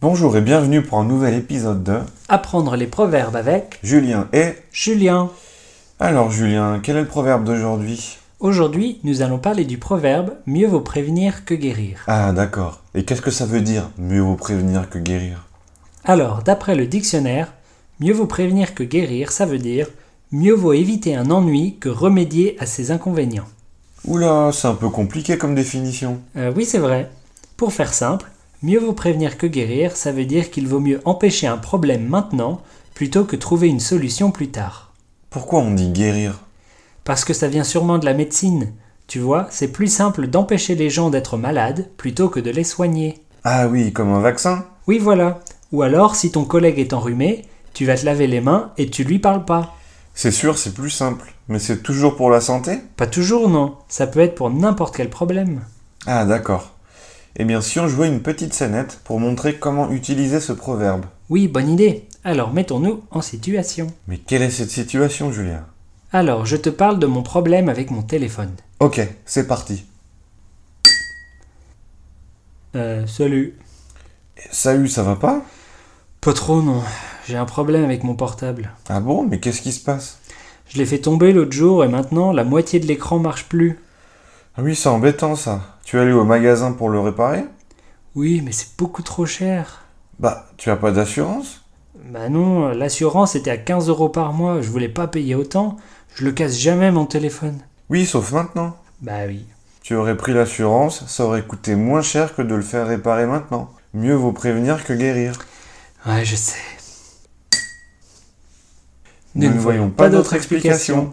Bonjour et bienvenue pour un nouvel épisode de Apprendre les proverbes avec Julien et... Julien. Alors Julien, quel est le proverbe d'aujourd'hui Aujourd'hui, nous allons parler du proverbe Mieux vaut prévenir que guérir. Ah d'accord. Et qu'est-ce que ça veut dire Mieux vaut prévenir que guérir Alors, d'après le dictionnaire, Mieux vaut prévenir que guérir, ça veut dire Mieux vaut éviter un ennui que remédier à ses inconvénients. Oula, c'est un peu compliqué comme définition. Euh, oui, c'est vrai. Pour faire simple, mieux vaut prévenir que guérir, ça veut dire qu'il vaut mieux empêcher un problème maintenant plutôt que trouver une solution plus tard. Pourquoi on dit guérir Parce que ça vient sûrement de la médecine. Tu vois, c'est plus simple d'empêcher les gens d'être malades plutôt que de les soigner. Ah oui, comme un vaccin Oui, voilà. Ou alors, si ton collègue est enrhumé, tu vas te laver les mains et tu lui parles pas. C'est sûr, c'est plus simple. Mais c'est toujours pour la santé Pas toujours, non. Ça peut être pour n'importe quel problème. Ah d'accord. Eh bien si on jouait une petite scénette pour montrer comment utiliser ce proverbe. Oui, bonne idée. Alors, mettons-nous en situation. Mais quelle est cette situation Julien Alors, je te parle de mon problème avec mon téléphone. Ok, c'est parti. Euh, salut. Eh, Salut, ça va pas Pas trop, non. J'ai un problème avec mon portable. Ah bon, mais qu'est-ce qui se passe Je l'ai fait tomber l'autre jour et maintenant, la moitié de l'écran marche plus. Ah oui, c'est embêtant ça. Tu es allé au magasin pour le réparer Oui, mais c'est beaucoup trop cher. Bah, tu as pas d'assurance Bah non, l'assurance était à 15 euros par mois, je voulais pas payer autant, je le casse jamais mon téléphone. Oui, sauf maintenant. Bah oui. Tu aurais pris l'assurance, ça aurait coûté moins cher que de le faire réparer maintenant. Mieux vaut prévenir que guérir. Ouais, je sais. Nous ne voyons pas d'autre explication.